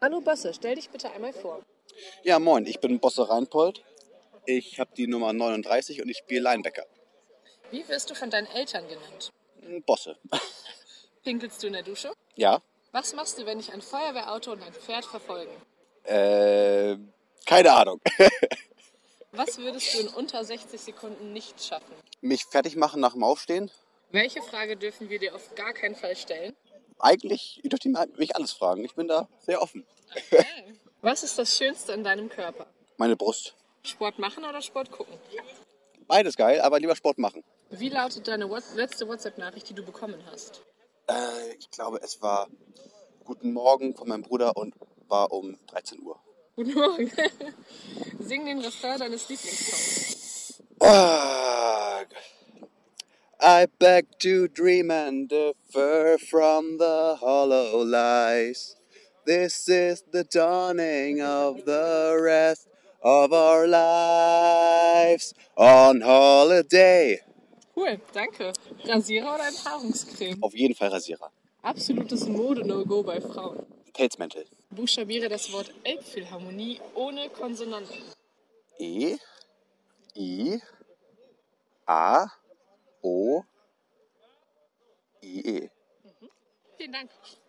Hanno Bosse, stell dich bitte einmal vor. Ja, moin, ich bin Bosse Reinpold. Ich habe die Nummer 39 und ich spiele Linebacker. Hm, Wie wirst du von deinen Eltern genannt? Bosse. Pinkelst du in der Dusche? Ja. Was machst du, wenn dich ein Feuerwehrauto und ein Pferd verfolgen? Äh, keine Ahnung. Was würdest du in unter 60 Sekunden nicht schaffen? Mich fertig machen nach dem Aufstehen? Welche Frage dürfen wir dir auf gar keinen Fall stellen? Eigentlich dürft ihr mich alles fragen. Ich bin da sehr offen. Was ist das Schönste an deinem Körper? Meine Brust. Sport machen oder Sport gucken? Beides geil, aber lieber Sport machen. Wie lautet deine What letzte WhatsApp-Nachricht, die du bekommen hast? Äh, ich glaube, es war Guten Morgen von meinem Bruder und war um 13 Uhr. Guten Morgen. Sing den Refrain deines Lieblingssongs. Ah, I beg to dream and differ from the hollow lies. This is the dawning of the rest of our lives on holiday. Cool, danke. Rasierer oder Enthaarungscreme? Auf jeden Fall Rasierer. Absolutes Mode-No-Go bei Frauen. Pelzmäntel. Buchstabiere das Wort Elbphilharmonie ohne Konsonanten. E, I, A, O, E. I, E. Vielen Dank.